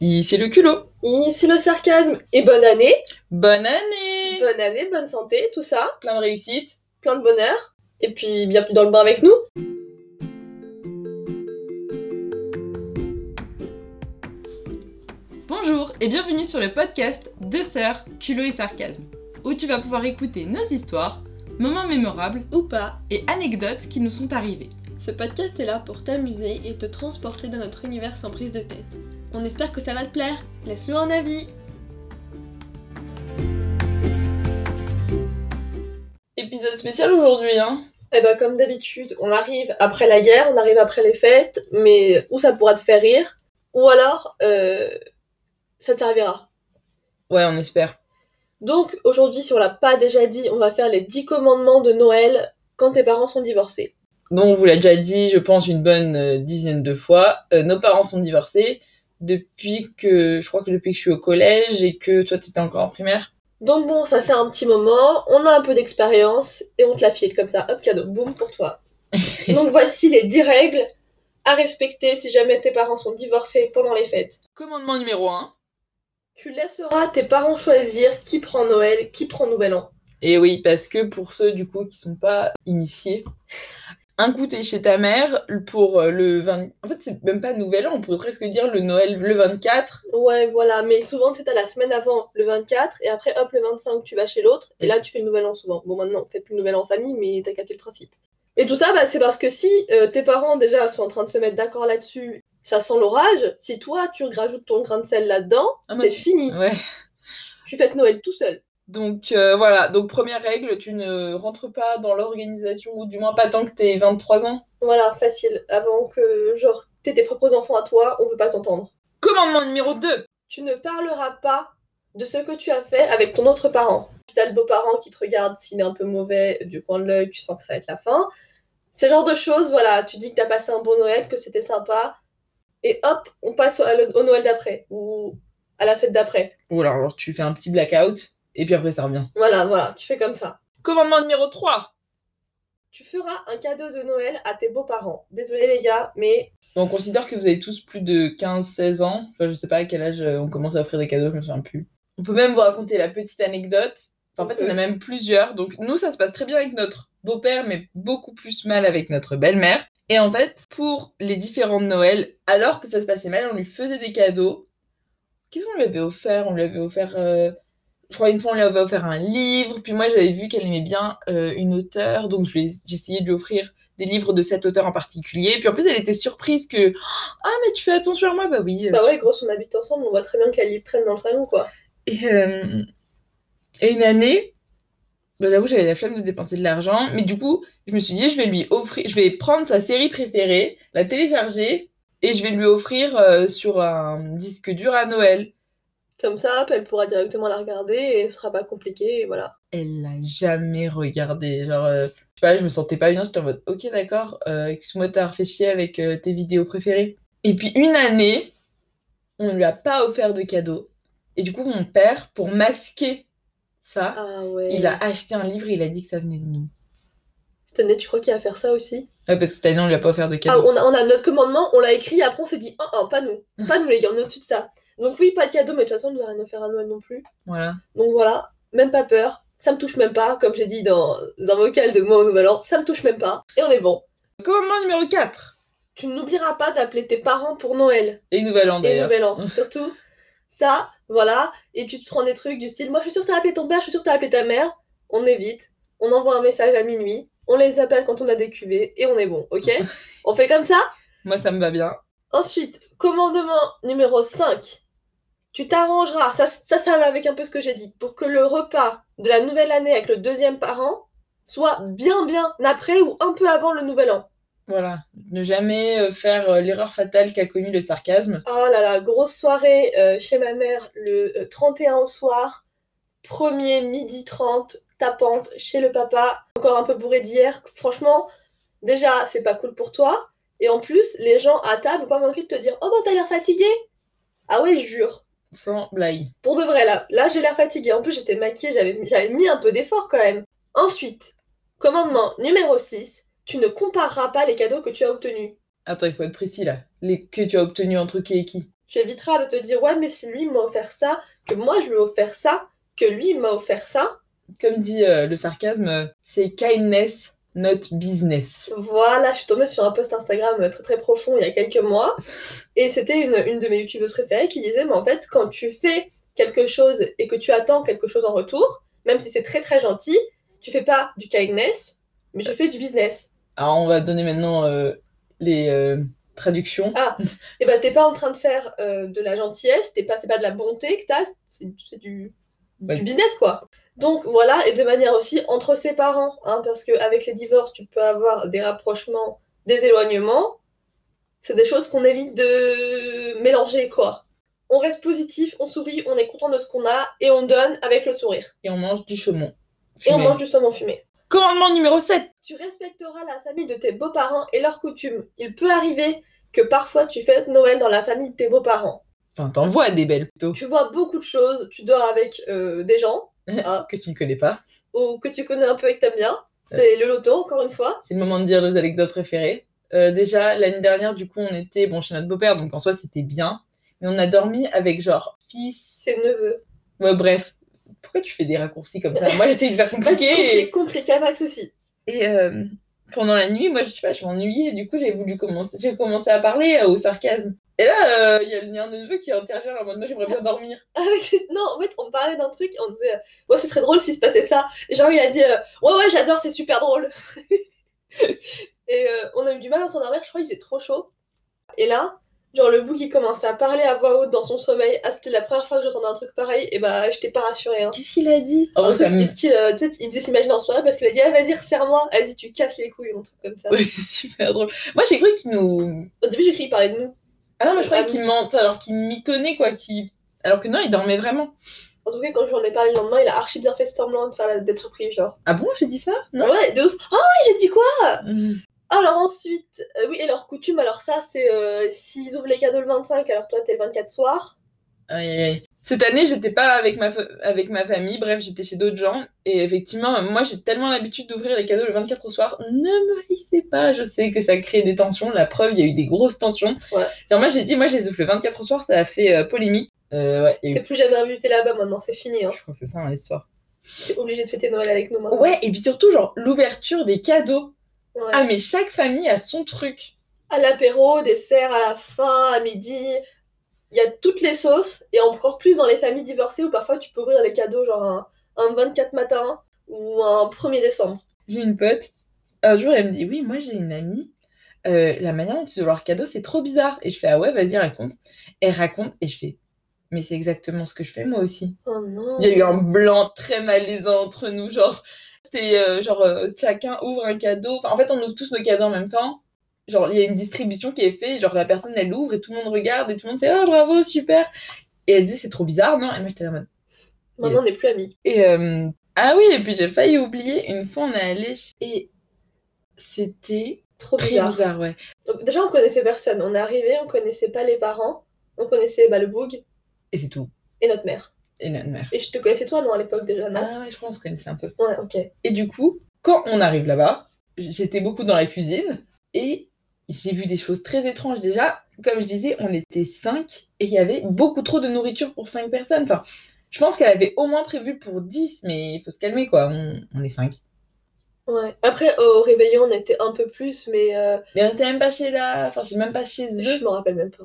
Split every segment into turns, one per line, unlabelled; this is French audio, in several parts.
Ici le culot.
Ici le sarcasme. Et bonne année.
Bonne année.
Bonne année, bonne santé, tout ça.
Plein de réussite.
Plein de bonheur. Et puis, bien plus dans le bain avec nous.
Bonjour et bienvenue sur le podcast Deux sœurs, culot et sarcasme, où tu vas pouvoir écouter nos histoires, moments mémorables
Ou pas.
et anecdotes qui nous sont arrivées.
Ce podcast est là pour t'amuser et te transporter dans notre univers sans prise de tête. On espère que ça va te plaire. Laisse-nous un avis.
Épisode spécial aujourd'hui, hein
Eh ben, comme d'habitude, on arrive après la guerre, on arrive après les fêtes, mais ou ça pourra te faire rire, ou alors, euh, ça te servira.
Ouais, on espère.
Donc, aujourd'hui, si on l'a pas déjà dit, on va faire les 10 commandements de Noël quand tes parents sont divorcés.
Donc, on vous l'a déjà dit, je pense, une bonne euh, dizaine de fois. Euh, nos parents sont divorcés depuis que, je crois que depuis que je suis au collège et que toi, t'étais encore en primaire.
Donc bon, ça fait un petit moment, on a un peu d'expérience et on te la file comme ça, hop cadeau, boum pour toi. Donc voici les 10 règles à respecter si jamais tes parents sont divorcés pendant les fêtes.
Commandement numéro 1.
Tu laisseras tes parents choisir qui prend Noël, qui prend Nouvel An.
Et oui, parce que pour ceux du coup qui sont pas initiés, un coup t'es chez ta mère pour euh, le 20... En fait, c'est même pas nouvel an, on pourrait presque dire le Noël le 24.
Ouais, voilà, mais souvent c'est à la semaine avant le 24 et après hop le 25 tu vas chez l'autre et là tu fais le Nouvel An souvent. Bon maintenant, on fait plus le Nouvel An en famille, mais t'as capté le principe. Et tout ça, bah, c'est parce que si euh, tes parents déjà sont en train de se mettre d'accord là-dessus, ça sent l'orage, si toi tu rajoutes ton grain de sel là-dedans,
Ah,
c'est
moi-
fini.
Ouais.
Tu fêtes Noël tout seul.
Donc euh, voilà, donc première règle, tu ne rentres pas dans l'organisation, ou du moins pas tant que t'es 23 ans.
Voilà, facile. Avant que genre t'aies tes propres enfants à toi, on veut pas t'entendre.
Commandement numéro 2
Tu ne parleras pas de ce que tu as fait avec ton autre parent. Si T'as le beau-parent qui te regarde s'il est un peu mauvais du coin de l'œil, tu sens que ça va être la fin. Ce genre de choses, voilà, tu dis que t'as passé un bon Noël, que c'était sympa, et hop, on passe au, à le- au Noël d'après, ou à la fête d'après.
Ou alors, alors, tu fais un petit blackout, et puis après ça revient.
Voilà, voilà, tu fais comme ça.
Commandement numéro 3
Tu feras un cadeau de Noël à tes beaux-parents. Désolé les gars, mais
On considère que vous avez tous plus de 15-16 ans. Enfin, je sais pas à quel âge euh, on commence à offrir des cadeaux, je me souviens plus. On peut même vous raconter la petite anecdote. Enfin, en fait,
Ok.
on a même plusieurs. Donc, nous, ça se passe très bien avec notre beau-père, mais beaucoup plus mal avec notre belle-mère. Et en fait, pour les différents Noëls, alors que ça se passait mal, on lui faisait des cadeaux. Qu'est-ce qu'on lui avait offert On lui avait offert. euh, Je crois une fois, on lui avait offert un livre. Puis moi, j'avais vu qu'elle aimait bien euh, une auteure. Donc, je lui ai- j'ai essayé de lui offrir des livres de cet auteur en particulier. Puis en plus, elle était surprise que Ah, mais tu fais attention à moi Bah oui. euh,
bah ouais, grosse, on habite ensemble, on voit très bien qu'elle livre traîne dans le salon, quoi.
et, euh, et une année, bah, j'avoue, j'avais la flemme de dépenser de l'argent. Mais du coup, je me suis dit Je vais lui offrir, je vais prendre sa série préférée, la télécharger, et je vais lui offrir euh, sur un disque dur à Noël.
Comme ça, elle pourra directement la regarder et ce sera pas compliqué, et voilà.
Elle l'a jamais regardé. Genre, euh, je sais pas, je me sentais pas bien. J'étais en mode Ok, d'accord, euh, excuse-moi, t'as refait chier avec euh, tes vidéos préférées. Et puis une année, on ne lui a pas offert de cadeau. Et du coup, mon père, pour masquer ça,
Ah ouais.
il a acheté un livre et il a dit que ça venait de nous.
Cette année, tu crois qu'il va faire ça aussi
Ouais, parce que cette année, on lui a pas offert de
Ah,
cadeau.
on a, on a notre commandement, on l'a écrit, et après on s'est dit, oh, oh, pas nous. Pas nous les gars, on est au-dessus de ça. Donc oui, pas de cadeau, mais de toute façon, on ne va rien offrir à Noël non plus.
Voilà.
Donc voilà, même pas peur. Ça me touche même pas, comme j'ai dit dans un vocal de moi au Nouvel An, ça me touche même pas. Et on est bon.
Commandement numéro 4.
Tu n'oublieras pas d'appeler tes parents pour Noël.
Et Nouvel An,
et
d'ailleurs.
Nouvel An. Surtout, ça, voilà. Et puis tu te prends des trucs du style Moi, je suis sûre que t'as appelé ton père, je suis sûre que t'as appelé ta mère. On évite. On envoie un message à minuit. On les appelle quand on a des cuvées et on est bon, ok On fait comme ça
Moi, ça me va bien.
Ensuite, commandement numéro 5. Tu t'arrangeras, ça, ça, ça va avec un peu ce que j'ai dit, pour que le repas de la nouvelle année avec le deuxième parent soit bien, bien après ou un peu avant le nouvel an.
Voilà. Ne jamais euh, faire euh, l'erreur fatale qu'a connue le sarcasme.
Oh là là, grosse soirée euh, chez ma mère le euh, 31 au soir, premier midi 30, tapante chez le papa, encore un peu bourré d'hier. Franchement, déjà, c'est pas cool pour toi. Et en plus, les gens à table vont pas manquer de te dire Oh bah t'as l'air fatigué Ah ouais, jure.
Sans blague.
Pour de vrai, là, là j'ai l'air fatiguée. En plus, j'étais maquillée, j'avais mis- j'avais mis un peu d'effort quand même. Ensuite, commandement numéro 6, tu ne compareras pas les cadeaux que tu as obtenus.
Attends, il faut être précis là. Les que tu as obtenu entre qui et qui.
tu éviteras de te dire ouais mais si lui m'a offert ça, que moi je lui ai offert ça, que lui il m'a offert ça.
Comme dit euh, le sarcasme, euh, c'est kindness, not business.
Voilà, je suis tombée sur un post Instagram euh, très très profond il y a quelques mois et c'était une, une de mes youtubeuses préférées qui disait mais en fait quand tu fais quelque chose et que tu attends quelque chose en retour, même si c'est très très gentil, tu fais pas du kindness, mais tu fais du business.
Alors, on va donner maintenant euh, les euh, traductions.
Et bah t'es pas en train de faire euh, de la gentillesse, t'es pas, c'est pas de la bonté que t'as, c'est c'est du,
Ouais.
du business quoi. Donc voilà, et de manière aussi entre ses parents, hein, parce qu'avec les divorces, tu peux avoir des rapprochements, des éloignements. C'est des choses qu'on évite de mélanger quoi. On reste positif, on sourit, on est content de ce qu'on a et on donne avec le sourire.
Et on mange du chaumon.
Et on
Fumé.
mange du saumon fumé.
Commandement numéro 7.
Tu respecteras la famille de tes beaux-parents et leurs coutumes. Il peut arriver que parfois tu fêtes Noël dans la famille de tes beaux-parents.
Enfin, t'en vois des belles plutôt
Tu vois beaucoup de choses, tu dors avec euh, des gens hein,
que tu ne connais pas.
ou que tu connais un peu et que t'aimes bien. C'est le loto, encore une fois.
C'est le moment de dire nos anecdotes préférées. Euh, déjà, l'année dernière, du coup, on était bon, chez notre beau-père, donc en soi, c'était bien. Mais on a dormi avec genre fils.
C'est neveu.
Ouais, bref. Pourquoi tu fais des raccourcis comme ça Moi, j'essaie de faire
Bah, c'est
compliqué.
compliqué, compliqué, pas de souci.
Et euh, pendant la nuit, moi, je sais pas, je m'ennuyais. Du coup, j'ai voulu commencer, j'ai commencé à parler euh, au sarcasme. Et là, euh, il y a le mien de neveu qui intervient en mode, moi, j'aimerais bien dormir.
Ah, mais c'est- non, en fait, on parlait d'un truc et on disait, euh, ouais, ce serait drôle s'il se passait ça. Et genre, il a dit, euh, ouais, ouais, j'adore, c'est super drôle. et euh, on a eu du mal à s'endormir, je crois qu'il faisait trop chaud. Et là, genre, le bout qui commençait à parler à voix haute dans son sommeil, ah, c'était la première fois que j'entendais un truc pareil, et bah, j'étais pas rassurée. Hein.
Oh, Qu'est-ce qu'il a dit En
Un
vrai, ça
truc
me...
du style, euh, tu sais, il devait s'imaginer en soirée parce qu'il a dit, ah, vas-y, resserre-moi, vas-y, tu casses les couilles, ou un truc comme ça.
Ouais, super drôle. Moi, j'ai cru qu'il nous.
Au début, j'ai cru qu'il parlait de nous.
Ah non, mais je croyais
Ah
qu'il mentait, alors qu'il mitonnait, quoi. qu'il- Alors que non, il dormait vraiment.
En tout cas, quand j'en ai parlé le lendemain, il a archi bien fait semblant de faire la- d'être surpris, genre.
Ah bon, j'ai dit ça Non
Ouais, de ouf. Ah ouais, j'ai dit quoi
Mmh.
Alors ensuite, euh, oui, et leur coutume, alors ça, c'est euh, s'ils ouvrent les cadeaux le 25, alors toi, t'es le 24 soir.
Aïe, aïe, aïe. Cette année, j'étais pas avec ma, fa- avec ma famille, bref, j'étais chez d'autres gens. Et effectivement, euh, moi, j'ai tellement l'habitude d'ouvrir les cadeaux le 24 au soir. Ne me haïssez pas, je sais que ça crée des tensions. La preuve, il y a eu des grosses tensions.
Ouais.
Genre, moi, j'ai dit, moi, je les ouvre le 24 au soir, ça a fait euh, polémique. Euh, ouais, il y a
T'es
eu-
plus jamais invité là-bas maintenant, c'est fini. Hein.
je crois que c'est ça, hein, l'histoire.
T'es obligé de fêter Noël avec nous maintenant.
Ouais, et puis surtout, genre, l'ouverture des cadeaux.
Ouais.
Ah, mais chaque famille a son truc.
À l'apéro, dessert, à la fin, à midi. Il y a toutes les sauces, et encore plus dans les familles divorcées où parfois tu peux ouvrir les cadeaux, genre un, un 24 matin ou un 1er décembre.
J'ai une pote, un jour elle me dit Oui, moi j'ai une amie, euh, la manière dont ils ouvrent leurs cadeaux, c'est trop bizarre. Et je fais Ah ouais, vas-y, raconte. Elle raconte et je fais Mais c'est exactement ce que je fais moi aussi.
Oh non.
Il y a eu un blanc très malaisant entre nous, genre, c'était euh, genre euh, chacun ouvre un cadeau. Enfin, en fait, on ouvre tous nos cadeaux en même temps. Genre, il y a une distribution qui est faite, genre la personne elle ouvre et tout le monde regarde et tout le monde fait Ah bravo, super. Et elle dit C'est trop bizarre, non Et moi j'étais là en mode.
Maintenant, on n'est plus amis.
Et euh, ah oui, et puis j'ai failli oublier, une fois on est allé chez- et c'était
Trop
très
bizarre.
bizarre, ouais.
Donc, déjà, on connaissait personne. On est arrivé, on connaissait pas les parents, on connaissait bah, le boug
Et c'est tout.
et notre mère.
Et notre mère.
Et je te connaissais toi, non, à l'époque déjà, non
Ah ouais, je pense qu'on se connaissait un peu.
Ouais, ok.
Et du coup, quand on arrive là-bas, j'étais beaucoup dans la cuisine et j'ai vu des choses très étranges déjà. Comme je disais, on était cinq et il y avait beaucoup trop de nourriture pour cinq personnes. Enfin, je pense qu'elle avait au moins prévu pour 10, mais il faut se calmer quoi, on, on est cinq.
Ouais. Après, au réveillon, on était un peu plus, mais euh,
Mais on était même pas chez la... Enfin, j'ai même pas chez eux.
je me rappelle même pas.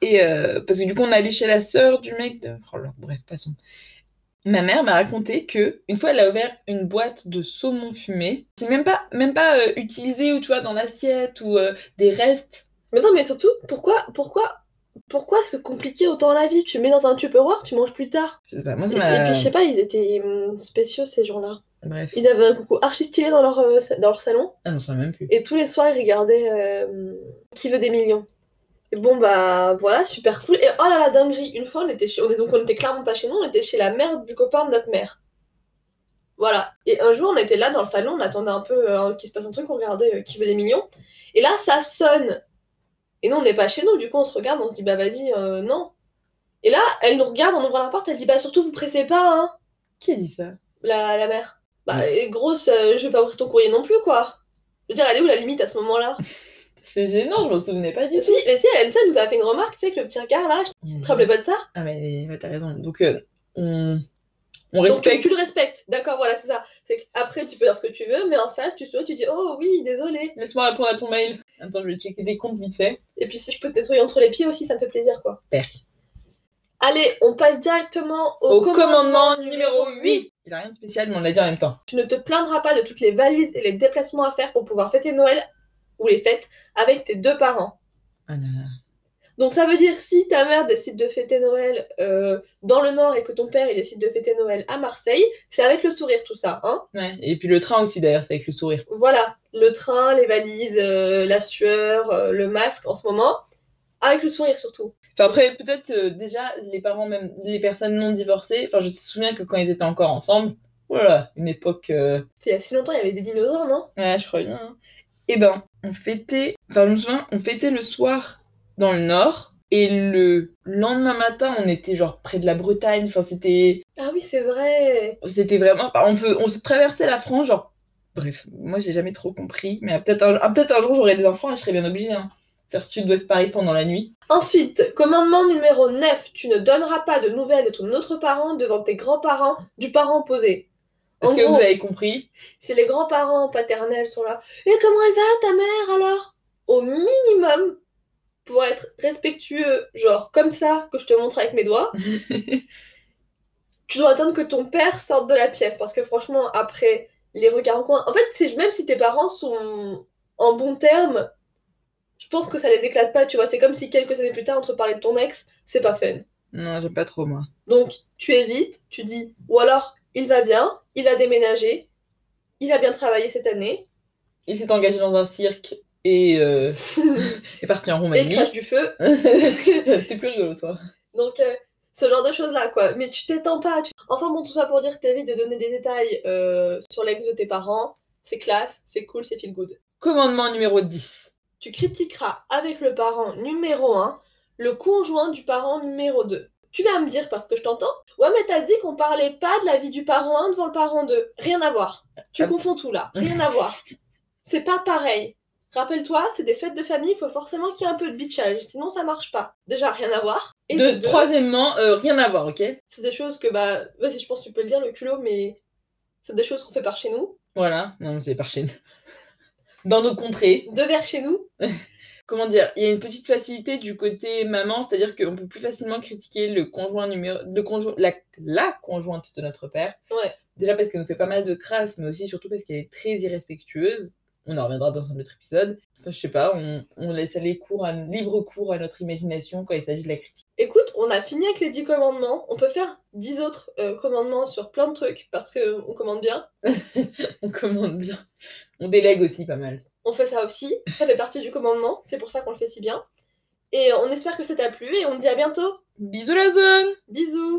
Et euh, parce que du coup, on est allé chez la sœur du mec de. Oh là, bref, passons. Ma mère m'a raconté que une fois, elle a ouvert une boîte de saumon fumé. C'est même pas, même pas euh, utilisé ou tu vois dans l'assiette ou euh, des restes.
Mais non, mais surtout, pourquoi, pourquoi, pourquoi se compliquer autant la vie Tu mets dans un tupperware, tu manges plus tard.
Je sais pas, moi
Et,
ça
et
m'a.
puis, je sais pas, ils étaient hum, spéciaux ces gens-là.
Bref,
Ils avaient un coucou archi stylé dans leur, euh, sa- dans leur salon,
ah, on s'en même plus.
et tous les soirs, ils regardaient euh, Qui veut des millions. Et bon, bah voilà, super cool. Et oh là là, dinguerie, une fois, on était chez... on est... donc on était clairement pas chez nous, on était chez la mère du copain de notre mère. Voilà. Et un jour, on était là dans le salon, on attendait un peu euh, qu'il se passe un truc, on regardait euh, qui veut des millions. Et là, ça sonne. Et nous, on n'est pas chez nous, du coup, on se regarde, on se dit, bah vas-y, euh, non. Et là, elle nous regarde, on ouvre la porte, elle dit, bah surtout, vous pressez pas, hein,
Qui a dit ça
la, la mère. Bah, et grosse, euh, je vais pas ouvrir ton courrier non plus, quoi. Je veux dire, elle est où la limite à ce moment-là
C'est gênant, je m'en souvenais pas du
Si,
tout.
mais si, elle aime ça, elle nous a fait une remarque, tu sais, que le petit regard là, je te rappelais pas de ça.
Ah, mais ouais, t'as raison. Donc, euh, on, on
Donc tu,
respecte.
tu le respectes, d'accord, voilà, c'est ça. C'est que après tu peux dire ce que tu veux, mais en face, tu souris, tu dis oh oui, désolé.
Laisse-moi répondre à ton mail. Attends, je vais checker des comptes vite fait.
Et puis si je peux te nettoyer entre les pieds aussi, ça me fait plaisir, quoi.
Perk.
Allez, on passe directement au,
Au commandement numéro 8. Il a rien de spécial, mais on l'a dit en même temps.
Tu ne te plaindras pas de toutes les valises et les déplacements à faire pour pouvoir fêter Noël ou les fêtes avec tes deux parents.
Ah là là.
Donc ça veut dire si ta mère décide de fêter Noël euh, dans le nord et que ton père il décide de fêter Noël à Marseille, c'est avec le sourire tout ça, hein.
Ouais. Et puis le train aussi, d'ailleurs, c'est avec le sourire.
voilà, le train, les valises, euh, la sueur, euh, le masque en ce moment, avec le sourire surtout.
Enfin, après, peut-être euh, déjà, les parents, même les personnes non divorcées, enfin, je me souviens que quand ils étaient encore ensemble, voilà, une époque. euh,
C'était il y a si longtemps, il y avait des dinosaures, non
Ouais, je crois bien. hein. Eh ben, on fêtait. Enfin, je me souviens, on fêtait le soir dans le nord. Et le lendemain matin, on était genre près de la Bretagne. Enfin, c'était.
Ah oui, c'est vrai.
C'était vraiment. enfin, on, fe- on se traversait la France, genre. Bref, moi, j'ai jamais trop compris. Mais ah, peut-être un, ah, peut-être un jour, j'aurai des enfants et je serai bien obligée. Hein. Faire sud-ouest Paris pendant la nuit.
Ensuite, commandement numéro 9, tu ne donneras pas de nouvelles de ton autre parent devant tes grands-parents du parent opposé.
Est-ce
En
que
gros,
vous avez compris
si les grands-parents paternels sont là, et comment elle va ta mère alors Au minimum, pour être respectueux, genre comme ça, que je te montre avec mes doigts, tu dois attendre que ton père sorte de la pièce parce que franchement après les regards en coin en fait c'est même si tes parents sont en bon terme je pense que ça les éclate pas tu vois c'est comme si quelques années plus tard on te parlait de ton ex c'est pas fun
Non, j'aime pas trop, moi.
donc tu évites tu dis ou alors il va bien il a déménagé il a bien travaillé cette année
Il s'est engagé dans un cirque et euh, est parti en
et il
Roumanie.
crache du feu
C'était plus rigolo, toi.
donc euh, ce genre de choses là quoi mais tu t'étends pas tu- enfin bon tout ça pour dire que t'évites de donner des détails euh, sur l'ex de tes parents c'est classe c'est cool c'est feel good
Commandement numéro 10.
Tu critiqueras avec le parent numéro 1 le conjoint du parent numéro 2. Tu vas me dire parce que je t'entends Ouais, mais t'as dit qu'on parlait pas de la vie du parent 1 devant le parent 2. Rien à voir. Tu
Ah.
confonds tout là. Rien à voir. C'est pas pareil. Rappelle-toi, c'est des fêtes de famille, il faut forcément qu'il y ait un peu de bitchage, sinon ça marche pas. Déjà, rien à voir. Et
De-
de deux,
troisièmement, euh, rien à voir, ok
c'est des choses que, bah, vas-y, je pense que tu peux le dire, le culot, mais c'est des choses qu'on fait par chez nous,
Voilà, non, c'est par chez nous. Dans nos contrées,
de vers chez nous,
comment dire, il y a une petite facilité du côté maman, c'est-à-dire qu'on peut plus facilement critiquer le conjoint numéro, le conjoint, la, la conjointe de notre père.
Ouais.
Déjà parce qu'elle nous fait pas mal de crasse, mais aussi surtout parce qu'elle est très irrespectueuse. On en reviendra dans un autre épisode. Enfin, je sais pas, on, on laisse aller cours à, libre cours à notre imagination quand il s'agit de la critique.
Écoute, on a fini avec les 10 commandements. On peut faire 10 autres euh, commandements sur plein de trucs parce que euh, on commande bien.
On commande bien. On délègue aussi pas mal.
On fait ça aussi. Ça fait partie du commandement. C'est pour ça qu'on le fait si bien. Et on espère que ça t'a plu et on te dit à bientôt.
Bisous la zone
Bisous